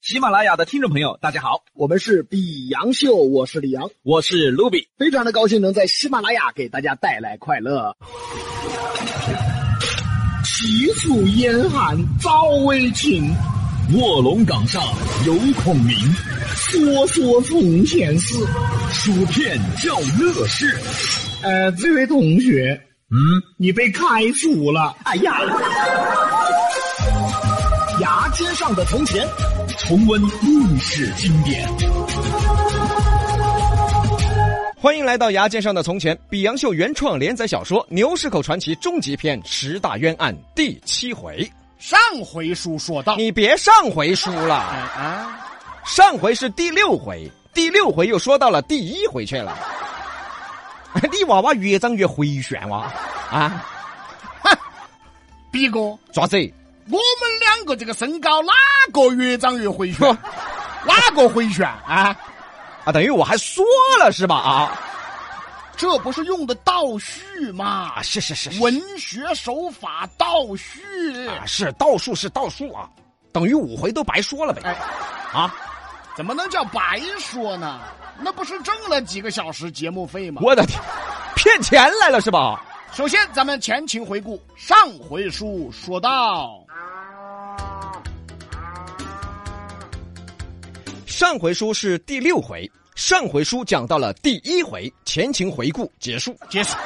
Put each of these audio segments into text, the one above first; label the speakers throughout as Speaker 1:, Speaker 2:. Speaker 1: 喜马拉雅的听众朋友，大家好，
Speaker 2: 我们是比杨秀，我是李阳，
Speaker 1: 我是卢比。
Speaker 2: 非常的高兴能在喜马拉雅给大家带来快乐。齐楚燕韩早为秦，
Speaker 1: 卧龙岗上有孔明，
Speaker 2: 说说从前事。
Speaker 1: 薯片叫乐事。
Speaker 2: 呃，这位同学，
Speaker 1: 嗯，
Speaker 2: 你被开除了。哎呀，牙尖上的从前，
Speaker 1: 重温历史经典。
Speaker 3: 欢迎来到《牙尖上的从前》，比杨秀原创连载小说《牛市口传奇》终极篇《十大冤案》第七回。
Speaker 4: 上回书说到，
Speaker 3: 你别上回输了，
Speaker 4: 啊，
Speaker 3: 上回是第六回，第六回又说到了第一回去了。 你娃娃越长越回旋哇！啊，
Speaker 4: 比哥，我
Speaker 3: 爪子，
Speaker 4: 们两个这个身高哪个越长越回旋？哪个回旋啊？
Speaker 3: 啊，等于我还说了是吧？啊
Speaker 4: 这不是用的倒叙吗
Speaker 3: 啊，？是是是是
Speaker 4: 文学手法倒叙，
Speaker 3: 啊，是倒数是倒数啊，等于五回都白说了呗。
Speaker 4: 哎
Speaker 3: 啊，
Speaker 4: 怎么能叫白说呢？那不是挣了几个小时节目费吗？
Speaker 3: 我的天，骗钱来了是吧？
Speaker 4: 首先，咱们前情回顾，上回书说到，
Speaker 3: 上回书是第六回，上回书讲到了第一回前情回顾结束，
Speaker 4: 结束，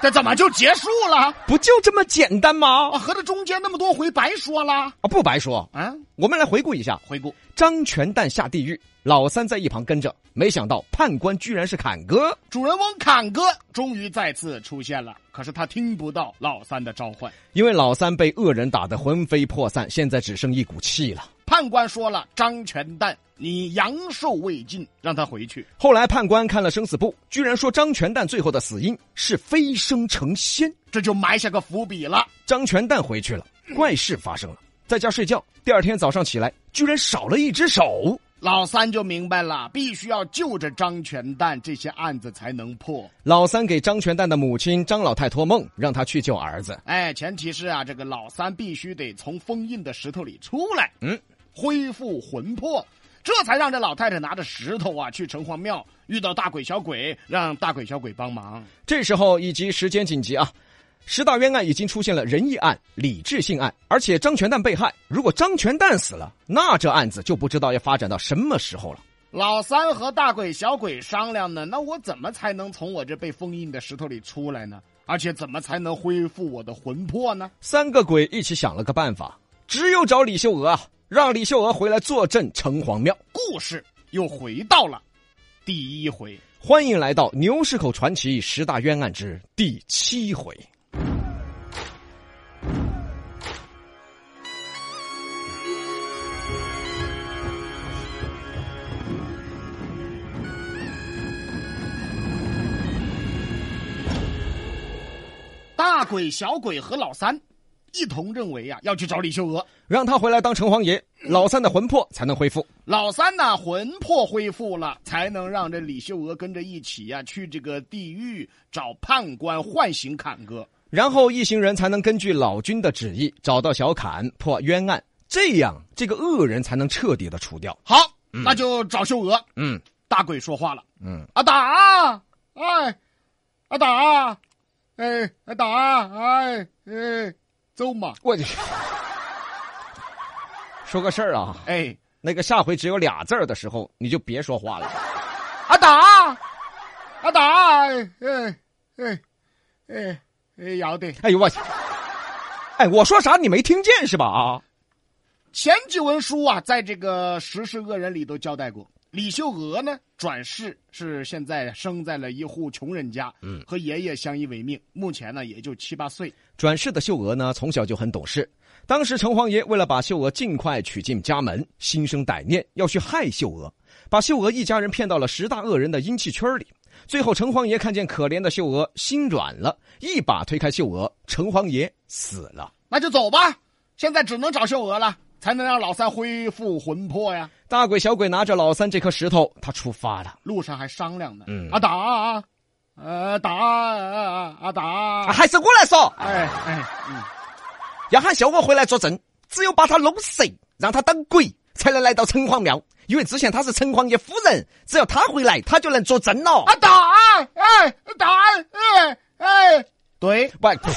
Speaker 4: 这怎么就结束了？
Speaker 3: 不就这么简单吗？
Speaker 4: 啊，合着中间那么多回白说了
Speaker 3: 啊，不白说，
Speaker 4: 啊？
Speaker 3: 我们来回顾一下：
Speaker 4: 回顾，
Speaker 3: 张全蛋下地狱，老三在一旁跟着，没想到判官居然是侃哥。
Speaker 4: 主人翁侃哥终于再次出现了，可是他听不到老三的召唤。
Speaker 3: 因为老三被恶人打得魂飞魄散，现在只剩一股气了。
Speaker 4: 判官说了：“张全蛋，你阳寿未尽，让他回去。
Speaker 3: 后来判官看了生死簿，居然说张全蛋最后的死因是飞升成仙。”
Speaker 4: 这就埋下个伏笔了。
Speaker 3: 张全蛋回去了，怪事发生了，在家睡觉，第二天早上起来，居然少了一只手。
Speaker 4: 老三就明白了，必须要就着张全蛋，这些案子才能破。
Speaker 3: 老三给张全蛋的母亲张老太托梦，让他去救儿子。
Speaker 4: 哎，前提是啊，这个老三必须得从封印的石头里出来，
Speaker 3: 嗯，
Speaker 4: 恢复魂魄，这才让这老太太拿着石头啊去城隍庙，遇到大鬼小鬼，让大鬼小鬼帮忙。
Speaker 3: 这时候以及时间紧急啊，十大冤案已经出现了仁义案、理智性案，而且张全蛋被害。如果张全蛋死了，那这案子就不知道要发展到什么时候了。
Speaker 4: 老三和大鬼、小鬼商量呢，那我怎么才能从我这被封印的石头里出来呢？而且怎么才能恢复我的魂魄呢？
Speaker 3: 三个鬼一起想了个办法，只有找李秀娥啊，让李秀娥回来坐镇城隍庙。
Speaker 4: 故事又回到了第一回，
Speaker 3: 欢迎来到《牛市口传奇十大冤案之第七回》。
Speaker 4: 大鬼、小鬼和老三一同认为啊，要去找李秀娥。
Speaker 3: 让他回来当城隍爷，老三的魂魄才能恢复。
Speaker 4: 老三呢，魂魄恢复了，才能让这李秀娥跟着一起呀、去这个地狱找判官唤醒侃哥。
Speaker 3: 然后一行人才能根据老君的旨意找到小坎，破冤案，这样这个恶人才能彻底的除掉。
Speaker 4: 好，那就找秀娥。
Speaker 3: 嗯，
Speaker 4: 大鬼说话了，
Speaker 3: 嗯，
Speaker 4: 阿达，哎，阿达，哎，阿达，哎，哎，走嘛，
Speaker 3: 我去， 说个事儿啊，
Speaker 4: 哎，
Speaker 3: 那个下回只有俩字儿的时候，你就别说话了。
Speaker 4: 阿达，阿达，哎，哎，哎，哎，哎，要得。
Speaker 3: 哎呦我去，哎，我说啥你没听见是吧？啊，
Speaker 4: 前几文书啊，在这个《时事恶人》里都交代过，李秀娥呢转世是现在生在了一户穷人家，嗯，和爷爷相依为命，目前呢也就七八岁。
Speaker 3: 转世的秀娥呢，从小就很懂事。当时城隍爷为了把秀娥尽快娶进家门，心生歹念，要去害秀娥，把秀娥一家人骗到了十大恶人的阴气圈里。最后，城隍爷看见可怜的秀娥，心软了，一把推开秀娥，城隍爷死了。
Speaker 4: 那就走吧，现在只能找秀娥了，才能让老三恢复魂魄呀。
Speaker 3: 大鬼小鬼拿着老三这颗石头，他出发了。
Speaker 4: 路上还商量呢，
Speaker 3: 嗯
Speaker 4: 阿达，呃，达，呃阿达，
Speaker 3: 啊还是我来说，
Speaker 4: 哎哎，嗯，
Speaker 3: 要喊秀娥回来作证，只有把他弄死，让他当鬼，才能来到城隍庙，因为之前她是城隍爷夫人，只要她回来，她就能作证了。
Speaker 4: 啊，答案，哎，答案，哎哎，对，
Speaker 3: 喂，呸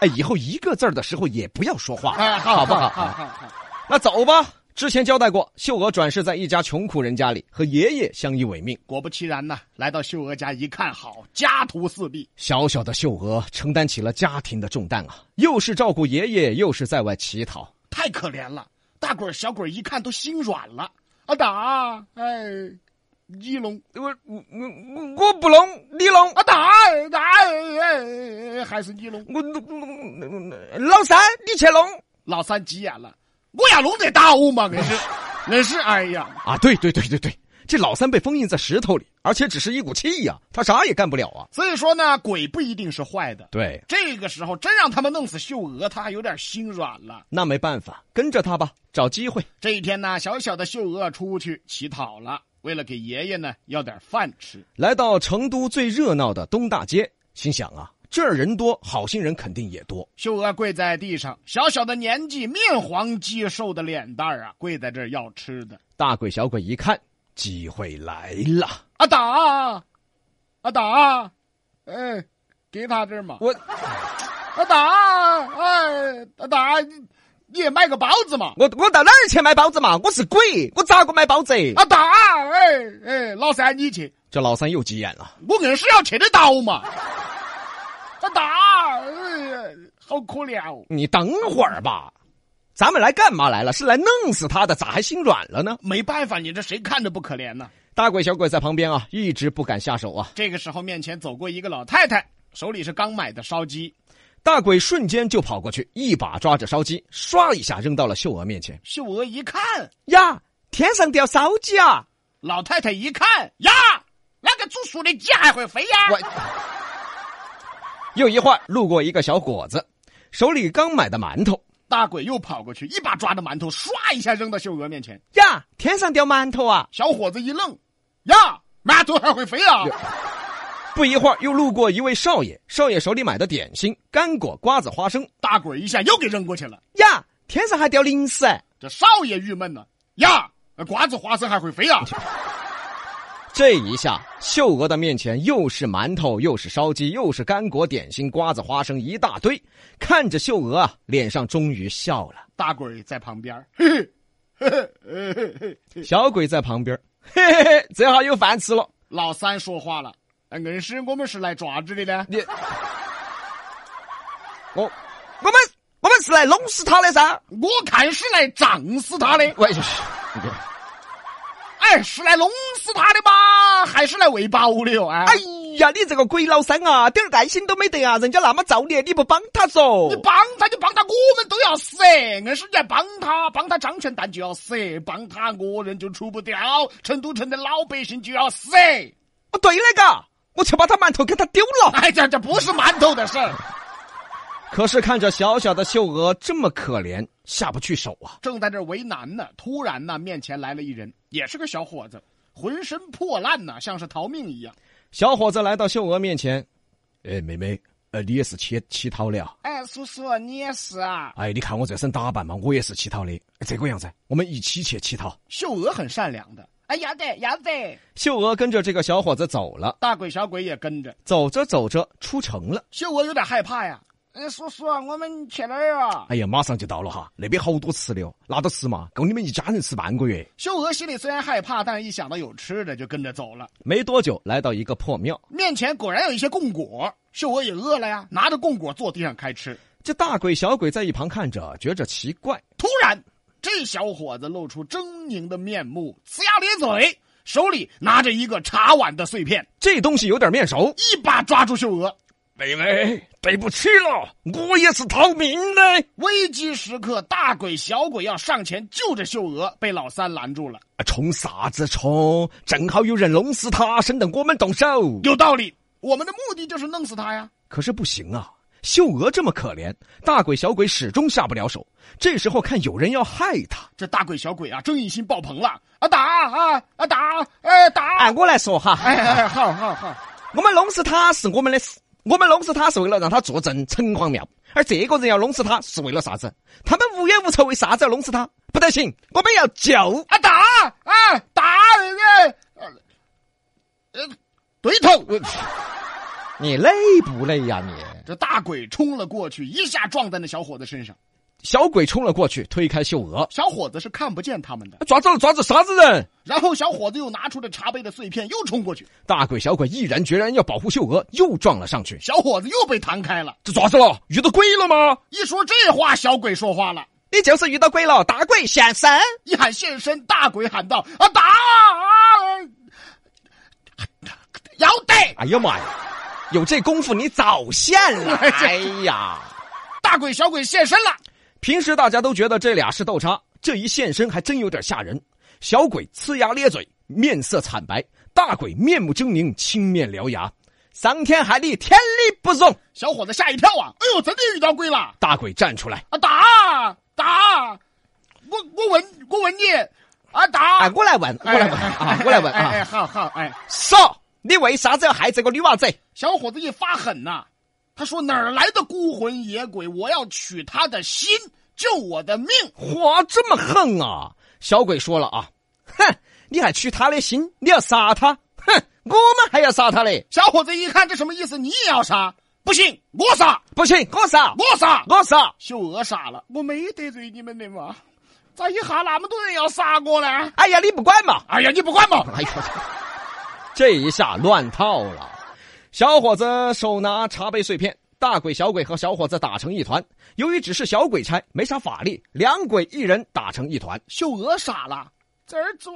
Speaker 3: 哎，以后一个字儿的时候也不要说话，
Speaker 4: 哎，
Speaker 3: 好不
Speaker 4: 好？
Speaker 3: 好？
Speaker 4: 好好好，
Speaker 3: 那走吧。之前交代过，秀娥转世在一家穷苦人家里，和爷爷相依为命。
Speaker 4: 果不其然呢，来到秀娥家一看，好，家徒四壁，
Speaker 3: 小小的秀娥承担起了家庭的重担啊，又是照顾爷爷，又是在外乞讨。
Speaker 4: 太可怜了。大鬼儿小鬼儿一看都心软了，啊打，哎，一龙，
Speaker 3: 我我我我不弄，你弄。
Speaker 4: 啊打，打，哎哎，还是一龙。
Speaker 3: 我老三，你去弄
Speaker 4: 老三急眼了，我亚龙这大物嘛，可是，可是，哎呀，
Speaker 3: 啊！对对对对对，这老三被封印在石头里，而且只是一股气呀、他啥也干不了啊。
Speaker 4: 所以说呢，鬼不一定是坏的。
Speaker 3: 对，
Speaker 4: 这个时候真让他们弄死秀娥，他还有点心软了。
Speaker 3: 那没办法，跟着他吧，找机会。
Speaker 4: 这一天呢，小小的秀娥出去乞讨了，为了给爷爷呢要点饭吃。
Speaker 3: 来到成都最热闹的东大街，心想啊，这儿人多，好心人肯定也多。
Speaker 4: 秀娥跪在地上，小小的年纪，面黄肌瘦的脸蛋儿啊，跪在这儿要吃的。
Speaker 3: 大鬼小鬼一看，机会来了，
Speaker 4: 啊打啊，啊打，哎，给他这儿嘛。
Speaker 3: 我
Speaker 4: 啊打，哎，啊打，你你也卖个包子嘛。
Speaker 3: 我我到哪儿去买包子嘛？我是鬼，我咋个买包子？
Speaker 4: 啊打，哎哎，老三你去，
Speaker 3: 这老三又急眼了，
Speaker 4: 我硬是要切的刀嘛。啊打，哎呀，好可怜哦。
Speaker 3: 你等会儿吧，咱们来干嘛来了？是来弄死他的，咋还心软了呢？
Speaker 4: 没办法，你这谁看着不可怜呢？
Speaker 3: 大鬼小鬼在旁边啊，一直不敢下手啊。
Speaker 4: 这个时候，面前走过一个老太太，手里是刚买的烧鸡。
Speaker 3: 大鬼瞬间就跑过去，一把抓着烧鸡，唰一下扔到了秀娥面前。
Speaker 4: 秀娥一看，
Speaker 3: 呀，天上掉烧鸡啊！
Speaker 4: 老太太一看呀，那个煮熟的鸡还会飞呀！
Speaker 3: 我。又一会儿路过一个小伙子，手里刚买的馒头。
Speaker 4: 大鬼又跑过去，一把抓着馒头，唰一下扔到秀娥面前。
Speaker 3: 呀，天上掉馒头啊！
Speaker 4: 小伙子一愣，呀，馒头还会飞啊！
Speaker 3: 不一会儿又路过一位少爷，少爷手里买的点心、干果、瓜子、花生。
Speaker 4: 大鬼一下又给扔过去了。
Speaker 3: 呀，天上还掉零食哎！
Speaker 4: 这少爷郁闷了，呀，瓜子花生还会飞啊！
Speaker 3: 这一下，秀娥的面前又是馒头，又是烧鸡，又是干果、点心、瓜子、花生，一大堆。看着秀娥啊，脸上终于笑了。
Speaker 4: 大鬼在旁边，嘿嘿
Speaker 3: 小鬼在旁边， 嘿嘿嘿，这下有饭吃了。
Speaker 4: 老三说话了，硬是我们是来抓子的呢。
Speaker 3: 你， 哦我，我们我们是来弄死他的噻。
Speaker 4: 我看是来胀死他的，
Speaker 3: 喂，
Speaker 4: 哎，是来弄死他的吧，还是来喂饱的哟？哎，
Speaker 3: 哎呀，你这个鬼老三啊，点儿爱心都没得啊！人家那么造孽，你不帮他嗦
Speaker 4: 你？帮他就帮他，我们都要死。硬是你还帮他，帮他张全蛋就要死，帮他我人就除不掉，成都城的老百姓就要死。
Speaker 3: 哦，对那个，我去把他馒头给他丢了。
Speaker 4: 哎，这这不是馒头的事儿。
Speaker 3: 可是看着小小的秀娥这么可怜，下不去手啊。
Speaker 4: 正在这为难呢，突然呢，面前来了一人，也是个小伙子，浑身破烂呐，像是逃命一样。
Speaker 3: 小伙子来到秀娥面前，哎，妹妹，呃，你也是乞乞讨的啊？
Speaker 4: 哎，叔叔，你也是啊？
Speaker 3: 哎，你看我这身打扮嘛，我也是乞讨的，哎这个样子，我们一起去乞讨。
Speaker 4: 秀娥很善良的。哎，要得，要得。
Speaker 3: 秀娥跟着这个小伙子走了，
Speaker 4: 大鬼小鬼也跟着。
Speaker 3: 走着走着出城了。
Speaker 4: 秀娥有点害怕呀。哎，叔叔，我们去哪儿啊？
Speaker 3: 哎呀，马上就到了哈，那边好多吃的哦，拿着吃嘛，够你们一家人吃半个月。
Speaker 4: 秀娥心里虽然害怕，但是一想到有吃的，就跟着走了。
Speaker 3: 没多久，来到一个破庙，
Speaker 4: 面前果然有一些供果，秀娥也饿了呀，拿着供果坐地上开吃。
Speaker 3: 这大鬼小鬼在一旁看着，觉着奇怪。
Speaker 4: 突然，这小伙子露出狰狞的面目，呲牙咧嘴，手里拿着一个茶碗的碎片，
Speaker 3: 这东西有点面熟，
Speaker 4: 一把抓住秀娥。
Speaker 3: 妹妹，对不起了，我也是逃命的。
Speaker 4: 危机时刻，大鬼小鬼要上前救着秀娥，被老三拦住了。
Speaker 3: 啊冲啥子冲？正好有人弄死他，省得我们动手。
Speaker 4: 有道理，我们的目的就是弄死他呀。
Speaker 3: 可是不行啊，秀娥这么可怜，大鬼小鬼始终下不了手。这时候看有人要害他，
Speaker 4: 这大鬼小鬼啊，正义心爆棚了啊！打啊啊打！哎打！
Speaker 3: 我啊来说哈，
Speaker 4: 哎哎，好好好，
Speaker 3: 我们弄死他是我们的事，我们弄死他是为了让他坐镇城隍庙，而这个人要弄死他是为了啥子？他们无冤无仇，为啥子要弄死他？不得行，我们要救！
Speaker 4: 啊打啊打！呃呃，呃对头！
Speaker 3: 你累不累呀、你？
Speaker 4: 这大鬼冲了过去，一下撞在那小伙子身上。
Speaker 3: 小鬼冲了过去，推开秀娥，
Speaker 4: 小伙子是看不见他们的。
Speaker 3: 抓住了，抓住啥子人？
Speaker 4: 然后小伙子又拿出了茶杯的碎片，又冲过去。
Speaker 3: 大鬼、小鬼毅然决然要保护秀娥，又撞了上去。
Speaker 4: 小伙子又被弹开了。
Speaker 3: 这咋子了？遇到鬼了吗？
Speaker 4: 一说这话，小鬼说话了，
Speaker 3: 你就是遇到鬼了，大鬼现身！
Speaker 4: 一喊现身，大鬼喊道：“啊打啊！要得！”
Speaker 3: 哎呀妈呀，有这功夫你早现了！哎呀，
Speaker 4: 大鬼小鬼现身了。
Speaker 3: 平时大家都觉得这俩是斗渣，这一现身还真有点吓人。小鬼呲牙咧嘴，面色惨白；大鬼面目狰狞，青面獠牙。伤天害理，天理不容！
Speaker 4: 小伙子吓一跳啊！哎呦，真的遇到鬼了！
Speaker 3: 大鬼站出来，
Speaker 4: 啊打打！我我问我问你，啊打！
Speaker 3: 哎，我来问，我来问啊，我来问
Speaker 4: 哎哎哎，
Speaker 3: 啊，
Speaker 4: 好好哎。
Speaker 3: 嫂，你为啥子要害这个女娃子？
Speaker 4: 小伙子一发狠呐、他说：“哪儿来的孤魂野鬼？我要取他的心，救我的命！
Speaker 3: 哇，这么横啊！小鬼说了啊，哼，你还取他的心，你要杀他，哼，我们还要杀他嘞！”
Speaker 4: 小伙子一看，这什么意思？你也要杀？不信，我杀，
Speaker 3: 不行，我杀，
Speaker 4: 我杀！
Speaker 3: 我杀！
Speaker 4: 秀娥傻了，我没得罪你们的嘛，咋一下那么多人要杀我呢？
Speaker 3: 哎呀，你不管嘛！
Speaker 4: 哎呀，你不管嘛！
Speaker 3: 哎呀， 这一下乱套了。小伙子手拿茶杯碎片，大鬼、小鬼和小伙子打成一团。由于只是小鬼差，没啥法力，两鬼一人打成一团。
Speaker 4: 秀娥傻了，这儿爪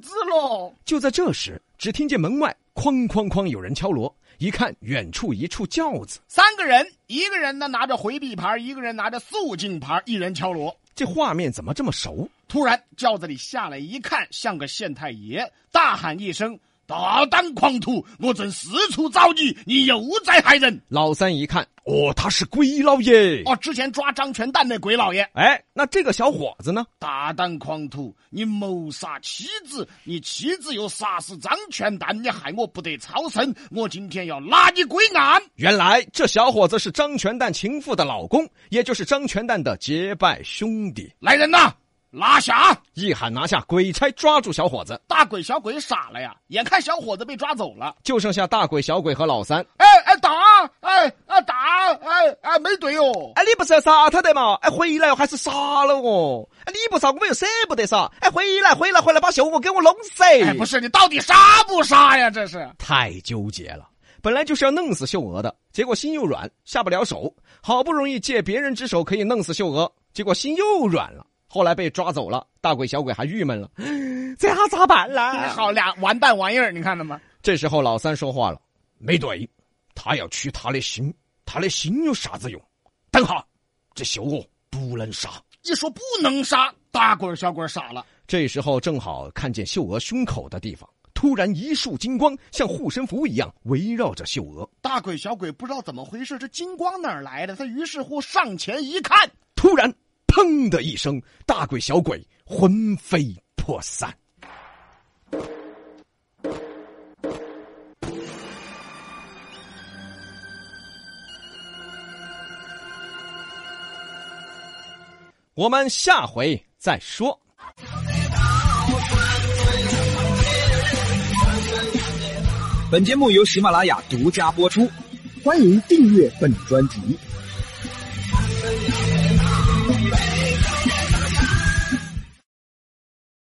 Speaker 4: 子喽！
Speaker 3: 就在这时，只听见门外哐哐哐有人敲锣，一看远处一处轿子，
Speaker 4: 三个人，一个人呢拿着回避牌，一个人拿着肃静牌，一人敲锣。
Speaker 3: 这画面怎么这么熟？
Speaker 4: 突然，轿子里下来一看，像个县太爷，大喊一声：“大胆狂徒！我正四处找你，你又在害人
Speaker 3: 老三一看，哦，他是龟老爷！”。
Speaker 4: 哦，之前抓张全蛋那鬼老爷，
Speaker 3: 哎，那这个小伙子呢？
Speaker 4: 大胆狂徒！你谋杀妻子，你妻子又杀死张全蛋，你害我不得超生！我今天要拉你归案！
Speaker 3: 原来这小伙子是张全蛋情妇的老公，也就是张全蛋的结拜兄弟。
Speaker 4: 来人呐，拉下！
Speaker 3: 一喊拿下，鬼差抓住小伙子，
Speaker 4: 大鬼小鬼傻了呀，眼看小伙子被抓走了，
Speaker 3: 就剩下大鬼、小鬼和老三。
Speaker 4: 哎哎打，哎啊打，哎哎没对哦，
Speaker 3: 哎，你不是要杀他的嘛？哎，回来哦，还是杀了哦？哎，你不杀，我们又舍不得杀。哎，回来，回来，回来，把秀娥给我弄死！
Speaker 4: 哎不是你到底杀不杀呀？这是。
Speaker 3: 太纠结了。本来就是要弄死秀娥的，结果心又软，下不了手。好不容易借别人之手可以弄死秀娥，结果心又软了。后来被抓走了，大鬼小鬼还郁闷了， 这下咋办
Speaker 4: 你
Speaker 3: 呢？
Speaker 4: 好俩完蛋玩意儿，你看到吗？
Speaker 3: 这时候老三说话了：“没对，他要取他的心，他的心有啥子用？等下，这秀娥不能杀。
Speaker 4: 一说不能杀，大鬼儿小鬼儿傻了。”
Speaker 3: 这时候正好看见秀娥胸口的地方，突然一束金光，像护身符一样围绕着秀娥。
Speaker 4: 大鬼小鬼不知道怎么回事，这金光哪儿来的？他于是乎上前一看，
Speaker 3: 突然，砰的一声，大鬼小鬼魂飞魄散。我们下回再说。
Speaker 1: 本节目由喜马拉雅独家播出，
Speaker 2: 欢迎订阅本专辑，